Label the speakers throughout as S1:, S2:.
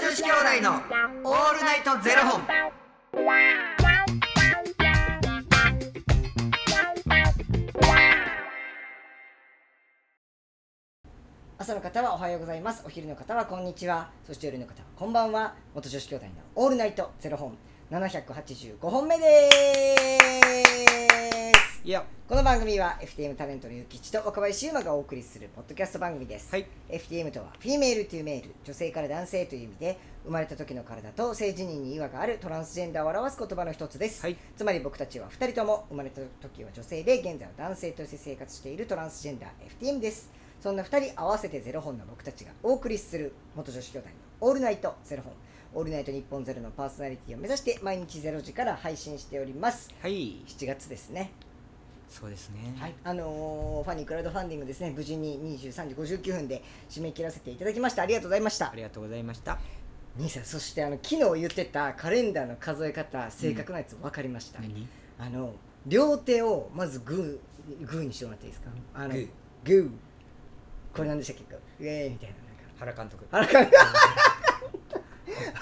S1: 子兄弟のオールナイトゼロ本。
S2: 朝の方はおはようございますお昼の方はこんにちはそして夜の方はこんばんは元女子兄弟のオールナイトゼロ本785本目です
S1: いや、
S2: この番組は FTM タレントのゆきちと若林優馬がお送りするポッドキャスト番組です、
S1: はい
S2: FTM とはフィメールというメール女性から男性という意味で生まれた時の体と性自認に違和があるトランスジェンダーを表す言葉の一つです、
S1: はい
S2: つまり僕たちは2人とも生まれた時は女性で現在は男性として生活しているトランスジェンダー FTM ですそんな2人合わせてゼロ本の僕たちがお送りする元女子兄弟の「オールナイトゼロ本」「オールナイト日本ゼロのパーソナリティを目指して毎日ゼロ時から配信しております
S1: はい、
S2: 7月ですね
S1: そうですね。
S2: はい、あのーファニークラウドファンディングですね無事に23時59分で締め切らせていただきましたありがとうございました
S1: ありがとうございました。
S2: 兄さんそしてあの昨日言ってたカレンダーの数え方正確なやつ分かりました、
S1: 何？
S2: あの両手をまずグーグーにしてもらっていいですかあの
S1: グー
S2: グーこれ何でしたっけウェーイみたいななんか
S1: 原監督。
S2: 原監督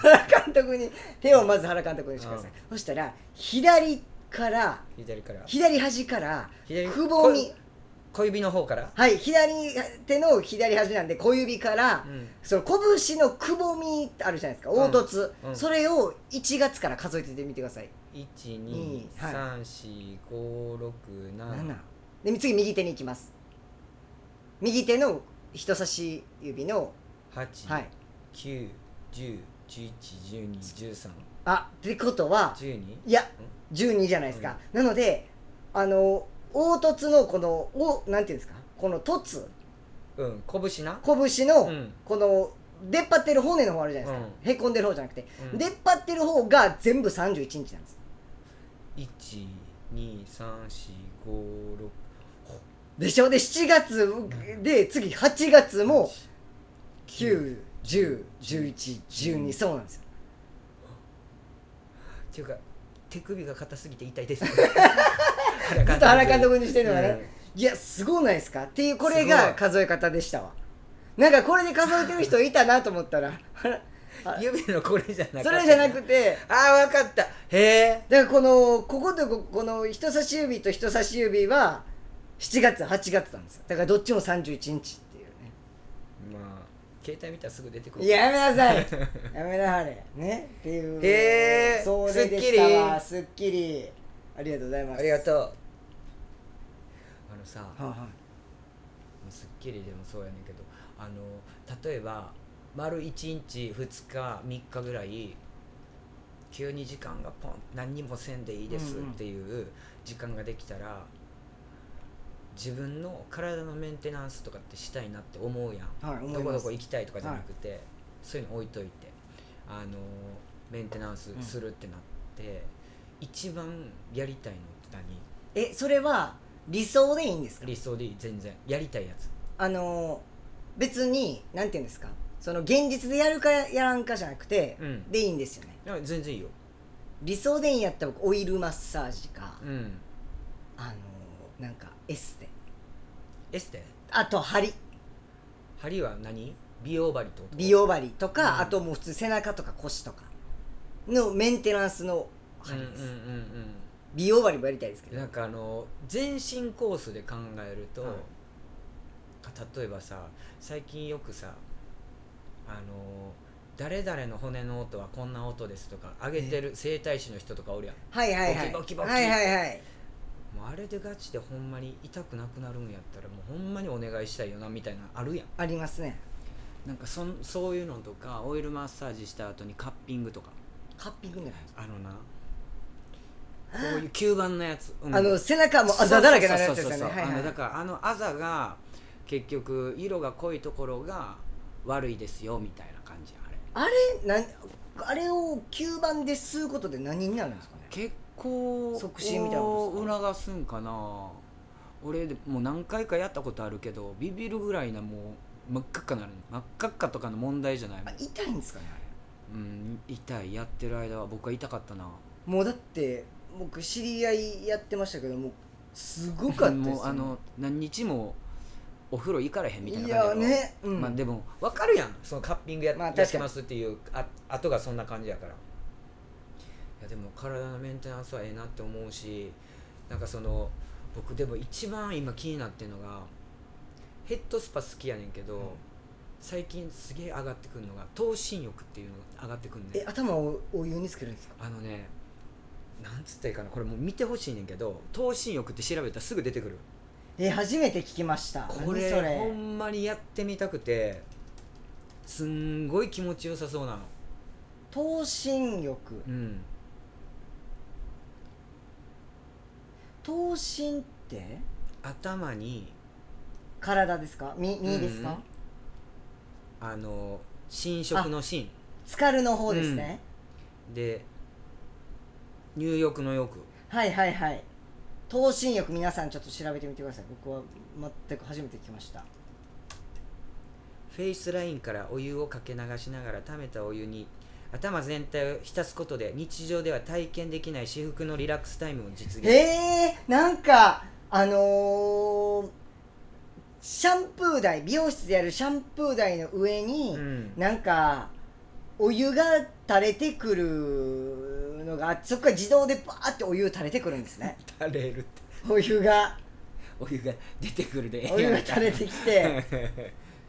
S2: 原監督に手をまず原監督にしてください、そしたら左から
S1: 左から。
S2: 左端から
S1: 左
S2: くぼみ
S1: 小指の方から。
S2: はい、左手の左端なんで小指から、
S1: うん。
S2: その拳のくぼみあるじゃないですか
S1: うん
S2: 凹凸、
S1: うん
S2: それを1月から数えてみてください
S1: 一
S2: い
S1: 二
S2: いはい
S1: 三四五六
S2: 7
S1: 七。
S2: で次右手に行きます右手の人差し指の
S1: 八。
S2: はい
S1: 九十十一十二十三
S2: あってことは
S1: 十二。
S2: いや12じゃないですか、なのであの凹凸のこのおなんていうんですかこの凸
S1: うん。拳な。
S2: 拳の、
S1: うん。
S2: この出っ張ってる骨の方あるじゃないですか、へこんでる方じゃなくて
S1: うん
S2: 出っ張ってる方が全部31日なんです
S1: 一二三四五六。ほ
S2: でしょで7月で次8月も9 1 0 1 1 1 2そうなんですよ
S1: っていうか手首が硬すぎて 痛いですずっ
S2: ずっと原監督にしてるのがね、
S1: うん
S2: いやすごないですかっていうこれ
S1: すご
S2: が
S1: い
S2: 数え方でしたわなんかこれで数えてる人いたなと思 ったらあ
S1: 指のこれじゃなくて
S2: それじゃなくて
S1: ああ分かったへえ
S2: だからこのこことここの人差し指と人差し指は7月8月なんですよだからどっちも31日っていうね
S1: まあ携帯見たらすぐ出てくる
S2: いややめなさい やめなはれねっていう
S1: へー
S2: そうでしたわすっきりありがとうございます
S1: ありが
S2: う
S1: とうあのさ「も
S2: は
S1: うスッキリ」でもそうやねんけどあの例えば丸1日2日3日ぐらい急に時間がポン何にもせんでいいですっていう時間ができたら、自分の体のメンテナンスとかってしたいなって思う
S2: い
S1: やん
S2: はい思います
S1: どこどこ行きたいとかじゃなくて、そういうの置いといてあのメンテナンスするってなって、一番やりたいのって何
S2: えそれは理想でいいんですか
S1: 理想でいい全然やりたいやつ
S2: あのー別になんて言うんですかその現実でやるかやらんかじゃなくて、
S1: うん
S2: でいいんですよね
S1: いや全然いいよ
S2: 理想でいいんやったら僕オイルマッサージか、
S1: うん
S2: あのーなんかエステ
S1: エステ
S2: あと針
S1: 針は何美容針ってこと
S2: 美容針とか、
S1: うん
S2: あともう普通背中とか腰とかのメンテナンスの
S1: うん
S2: 針
S1: うん
S2: です、
S1: うん
S2: 美容針もやりたいですけ
S1: うん
S2: ど
S1: なんかあの全身コースで考えると、
S2: はい
S1: 例えばさ最近よくさあの誰々の骨の音はこんな音ですとか上げてる整体師の人とかおるやん
S2: はいはいはい
S1: ボキボキボキ
S2: はいはいはい
S1: もうあれでガチでほんまに痛くなくなるんやったらもうほんまにお願いしたいよなみたいなのあるやん
S2: ありますね
S1: なんかそんそういうのとかオイルマッサージした後にカッピングとか
S2: カッピングじゃない
S1: あのなこういう吸盤のやつ、うん
S2: あの背中もあざだらけになるやつですよね
S1: そうそうそうそう
S2: はいはい
S1: あのだからあのあざが結局色が濃いところが悪いですよみたいな感じあれ
S2: あれなんあれを吸盤で吸うことで何になるんですかね
S1: 結構
S2: 促進みたいなことですか
S1: 促すんかな俺でもう何回かやったことあるけどビビるぐらいなもう真っ赤っかなる真っ赤っかとかの問題じゃないも
S2: あ
S1: ん
S2: 痛いんですかねあれ
S1: うん痛いやってる間は僕は痛かったな
S2: もうだって僕 知り合いやってましたけどもうすごかったです、ね、
S1: もうあの何日もお風呂行かれへんみたいない感じ
S2: や
S1: やろ
S2: ね、うん
S1: まあ、でも分かるやんそのカッピングや,、
S2: まあ確かに
S1: やってますっていうあ後がそんな感じやからいやでも体のメンテナンスはええなって思うしなんかその僕でも一番今気になってるのがヘッドスパ好きやねんけど、
S2: うん
S1: 最近すげえ上がってくるのが頭身浴っていうのが上がってくるねん
S2: え頭をお湯につけるんですか
S1: あのねなんつったらいいかなこれもう見てほしいねんけど頭身浴って調べたらすぐ出てくる
S2: え初めて聞きました
S1: こ
S2: 何
S1: れ
S2: そ
S1: ほ
S2: れ
S1: んまにやってみたくてすんごい気持ちよさそうなの
S2: 頭身浴
S1: うん
S2: 頭身って
S1: 頭に
S2: 体ですか身身ですか、
S1: うんあの新色の芯
S2: 浸かるの方ですね、
S1: で入浴の浴
S2: はいはいはい頭身浴皆さんちょっと調べてみてください僕は全く初めて聞きました
S1: フェイスラインからお湯をかけ流しながら溜めたお湯に頭全体を浸すことで日常では体験できない至福のリラックスタイムを実現
S2: えー、なんかあのーシャンプー台美容室でやるシャンプー台の上に、
S1: うん
S2: なんかお湯が垂れてくるのがあそこから自動でバーってお湯垂れてくるんです ね
S1: 垂れるって
S2: お湯が
S1: お湯が出てくるで
S2: お湯が垂れてきて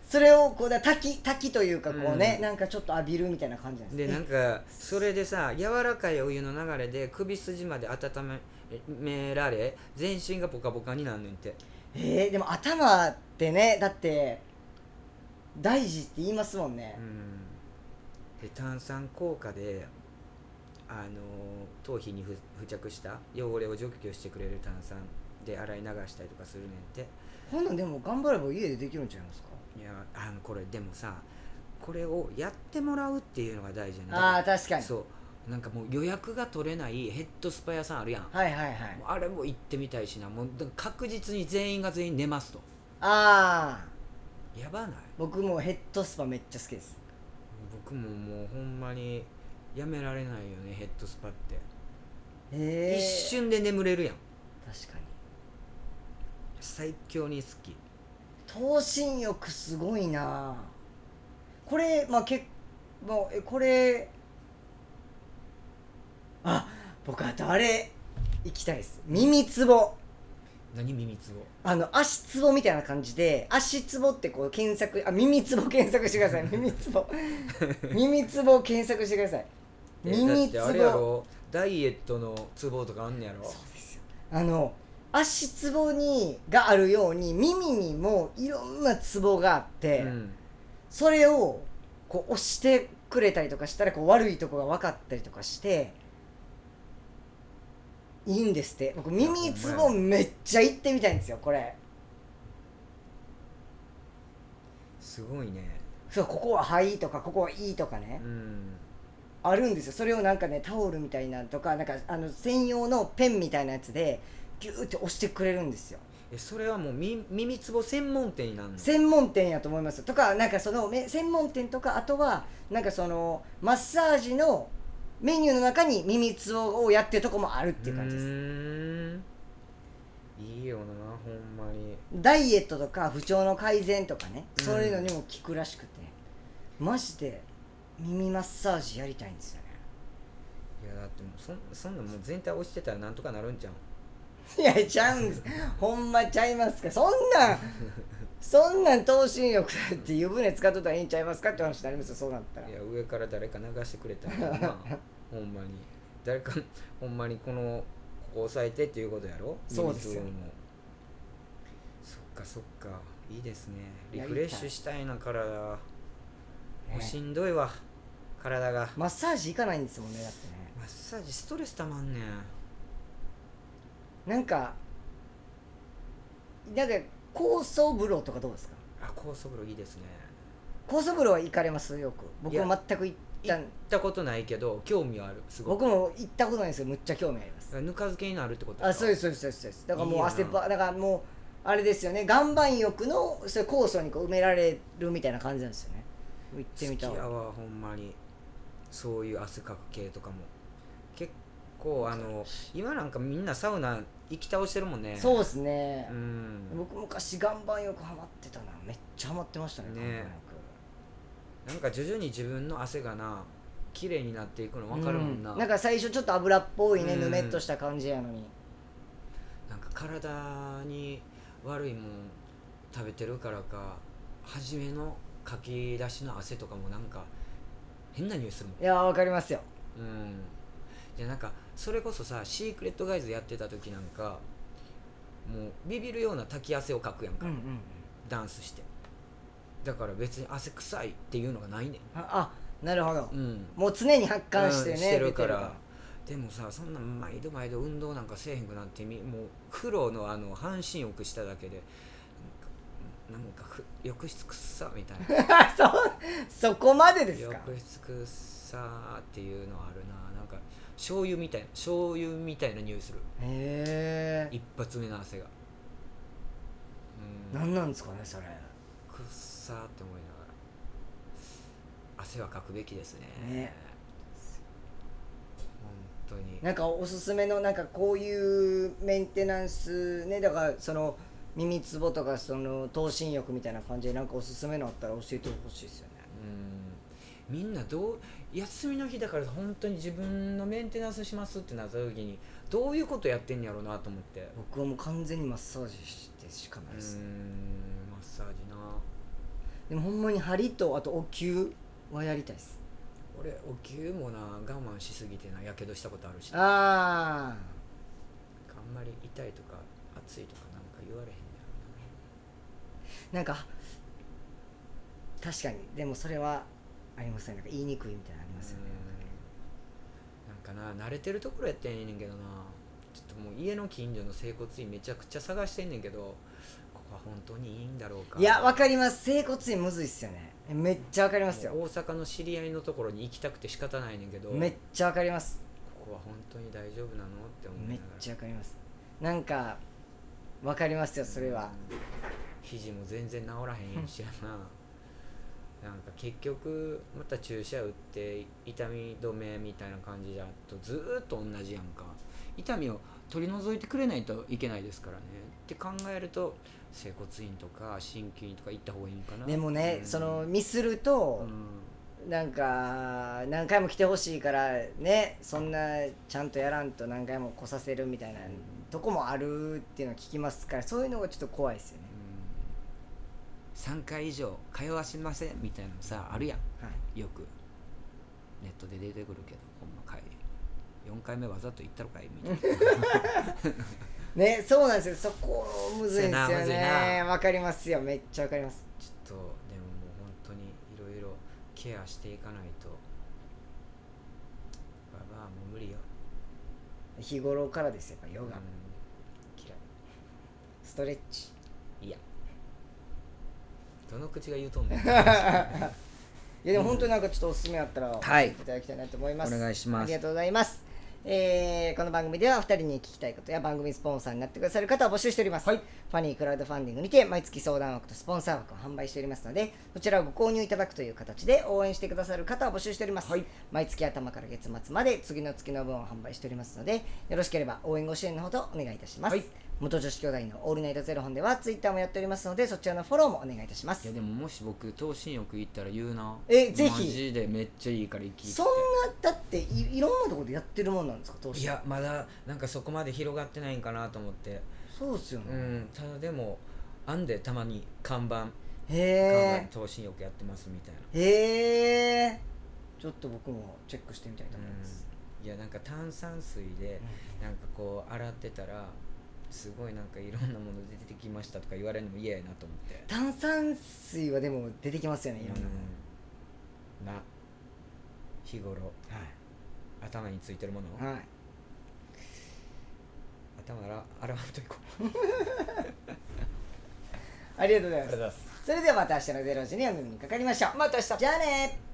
S2: それをこうだ滝滝というかこうね、
S1: うん
S2: なんかちょっと浴びるみたいな感じなんです
S1: で
S2: ね
S1: なんかそれでさ柔らかいお湯の流れで首筋まで温められ全身がポカポカになんねんて
S2: えー、でも頭ってねだって大事って言いますもんね
S1: う、んで炭酸効果であの頭皮にふ付着した汚れを除去してくれる炭酸で洗い流したりとかするねんて
S2: ほんなんでも頑張れば家でできるんちゃいますか
S1: いやあのこれでもさこれをやってもらうっていうのが大事やねん
S2: ああ確かに
S1: そうなんかもう予約が取れないヘッドスパ屋さんあるやん
S2: はいはいはい
S1: あれも行ってみたいしなもうだから確実に全員が全員寝ますと
S2: ああ
S1: やばない
S2: 僕もヘッドスパめっちゃ好きです
S1: 僕ももうほんまにやめられないよねヘッドスパって、
S2: ええ
S1: 一瞬で眠れるやん
S2: 確かに
S1: 最強に好き
S2: 頭身浴すごいなこれまあけもうえこれあ僕あとあれ行きたいです耳つぼ
S1: 何耳つぼ
S2: あの足つぼみたいな感じで足つぼってこう検索あ耳つぼ検索してくだ さい耳つぼ耳つぼ検索してください
S1: え
S2: 耳つ
S1: だってあれや
S2: ぼ
S1: ろダイエットのツボとかあんねやろ
S2: そうですよあの足つぼにがあるように耳にもいろんなつぼがあって、
S1: うん、
S2: それをこう押してくれたりとかしたらこう悪いとこが分かったりとかしていいんですって僕耳つぼめっちゃ行ってみたいんですよこれ
S1: すごいね
S2: そうここは「はい」とかここは「いい」とかね
S1: うん
S2: あるんですよそれをなんかねタオルみたいなのとかなんかあの専用のペンみたいなやつでギューって押してくれるんですよ
S1: えそれはもうみ耳つぼ専門店になるの
S2: 専門店やと思いますとかなんかそのめ専門店とかあとはなんかそのマッサージのメニューの中に耳つぼをやってるとこもあるっていう感じです
S1: うーんいいよなほんまに
S2: ダイエットとか不調の改善とかね
S1: うん
S2: そういうのにも効くらしくてマジで耳マッサージやりたいんですよね
S1: いやだってもうそんそんなんもう全体押してたらなんとかなるんじゃん
S2: いやちゃうんですほんまちゃいますかそんなんそんなん頭身浴だって湯船使っとったらいいんちゃいますかって話になりますよそうなったら
S1: いや上から誰か流してくれたんやろな ほんまに誰かほんまにこのここ押さえてっていうことやろ
S2: そうですよ
S1: 耳つぼもそっかそっかいいですねリ
S2: やり
S1: フ
S2: たい
S1: レッシュしたいな体もう
S2: ね
S1: しんどいわ体が
S2: マ
S1: マ
S2: ッサージ行かないんですもんねだってね
S1: ッサージストレスたまんねん
S2: なんかなんか高層風呂とかどうですか
S1: あ高速風呂いいですね
S2: 高層風呂は行かれますよく僕も全く行った
S1: 行ったことないけど興味はあるすごく
S2: 僕も行ったことないんですけどむっちゃ興味あります
S1: ぬか漬けになるってこと
S2: あそうですすそうですそうですそうですだからもうい
S1: な
S2: 汗ばだからもうあれですよね岩盤浴のそれ酵素にこう埋められるみたいな感じなんですよね行ってみた
S1: 好きや
S2: わ
S1: わほんまにそういう汗かく系とかも結構あの今なんかみんなサウナ行き倒してるもんね
S2: そう
S1: う
S2: ですね、
S1: ん
S2: 僕昔岩盤浴ハマってたなめっちゃハマってましたね
S1: ね
S2: 岩盤浴
S1: なんか徐々に自分の汗がな綺麗になっていくの分かるもんな,、
S2: うんなんか最初ちょっと油っぽいね、
S1: うん
S2: ぬめっとした感じやのに
S1: なんか体に悪いもん食べてるからか初めのかき出しの汗とかもなんか変な匂いするもん
S2: いやーわかりますよ
S1: うんじゃあなんかそれこそさシークレットガイズやってた時なんかもうビビるような滝汗をかくやんか、
S2: うんうん
S1: ダンスしてだから別に汗臭いっていうのがないね
S2: ああなるほど
S1: ん、うん、
S2: もう常に発汗してね、
S1: うんしてるからでもさそんな毎度毎度運動なんかせえへんくなってみもう苦労のあの半身浴しただけでなんかなんかふ浴室くっさみたいな
S2: 出てるから そそこまでですか
S1: 浴室くっさっていうのあるななんか醤油みたいな醤油みたいな匂いする
S2: へえ
S1: 一発目の汗がうん
S2: 何なんですかねそれ
S1: くっさーって思いながら汗はかくべきですね
S2: ね
S1: 本当に
S2: なんかおすすめのなんかこういうメンテナンスねだからその耳つぼとかその頭身浴みたいな感じでなんかおすすめのあったら教えてほしいですよね
S1: うんみんなどう休みの日だから本当に自分のメンテナンスしますってなった時にどういうことやってんやろうなと思って
S2: 僕はもう完全にマッサージしてしかないで
S1: う
S2: す、
S1: んマッサージな
S2: でもほんまに針とあとお灸はやりたいです
S1: 俺お灸もな我慢しすぎてなやけどしたことあるしなんか
S2: ああ
S1: あんまり痛いとか熱いとかなんか言われへんや
S2: なんか確かにでもそれはありますねなんか言いにくいみたいなのあり
S1: ろな
S2: ますよね
S1: うんなんかな慣れてるところやってんねんけどなちょっともう家の近所の整骨院めちゃくちゃ探してんねんけどここは本当にいいんだろうか
S2: いやわかります整骨院むずいっすよねめっちゃわかりますよ
S1: もう大阪の知り合いのところに行きたくて仕方ないねんけど
S2: めっ
S1: こ
S2: ちゃわかります
S1: こは本当に大丈夫なのって思いなが
S2: め
S1: ら
S2: っちゃわかりますなんかわかりますよそれは
S1: うん肘も全然治らへんしやな なんか結局また注射打って痛み止めみたいな感じだとずーっと同じやんか痛みを取り除いてくれないといけないですからねって考えると整骨院とか鍼灸院とか行った方がいいんかな
S2: でもね
S1: うん
S2: そのミスる
S1: う
S2: と
S1: ん
S2: なんか何回も来てほしいからねそんなちゃんとやらんと何回も来させるみたいなとこもあるっていうのは聞きますからそういうのがちょっと怖いですよね
S1: うん3回以上通わしませんみたいなのさあるやん
S2: はい
S1: よくネットで出てくるけどほんまかい4回目わざと行ったのかい みたいな
S2: ねそうなんですよそこむずいんですよ
S1: そうやなむずい
S2: ね
S1: な
S2: わかりますよめっちゃわかります
S1: ちょっとでももう本当にいろいろケアしていかないとまあまあもう無理よ
S2: 日頃からですよやっぱヨ
S1: うん
S2: ガ、
S1: 嫌
S2: ストレッチ
S1: いいやどの口が言う とんねん
S2: いやでも本当になんかちょっとおすすめあったら教
S1: はい
S2: えていただきたいなと思います、
S1: お願いします
S2: ありがとうございますえーこの番組では2人に聞きたいことや番組スポンサーになってくださる方を募集しております、ファニークラウドファンディングにて毎月相談枠とスポンサー枠を販売しておりますのでそちらをご購入いただくという形で応援してくださる方を募集しております、
S1: はい
S2: 毎月頭から月末まで次の月の分を販売しておりますのでよろしければ応援ご支援のほどお願いいたします、
S1: はい
S2: 元女子兄弟のオールナイトゼロ本ではツイッターもやっておりますのでそちらのフォローもお願いいたします
S1: いやでももし僕東進浴行ったら言うな
S2: えぜひ
S1: マジでめっちゃいいから行き
S2: そんなだっていいろんなところでやってるもんなんですか投資
S1: いやまだなんかそこまで広がってないんかなと思って
S2: そうですよね、
S1: うんただでもあんでたまに看板看
S2: へ
S1: 板投信欲やってますみたいな、
S2: えへえちょっと僕もチェックしてみたいと思います、
S1: いやなんか炭酸水でなんかこう洗ってたらすごいなんかいろんなもの出てきましたとか言われるのも嫌やなと思って
S2: 炭酸水はでも出てきますよねいろんなもの、
S1: うんな日頃頭についてるものを
S2: はい、はい、
S1: 頭洗洗わんといこう
S2: ありがとうございます
S1: ざいます
S2: それではまた明日の『ゼロ時にお耳にかかりましょうまた明日じゃあね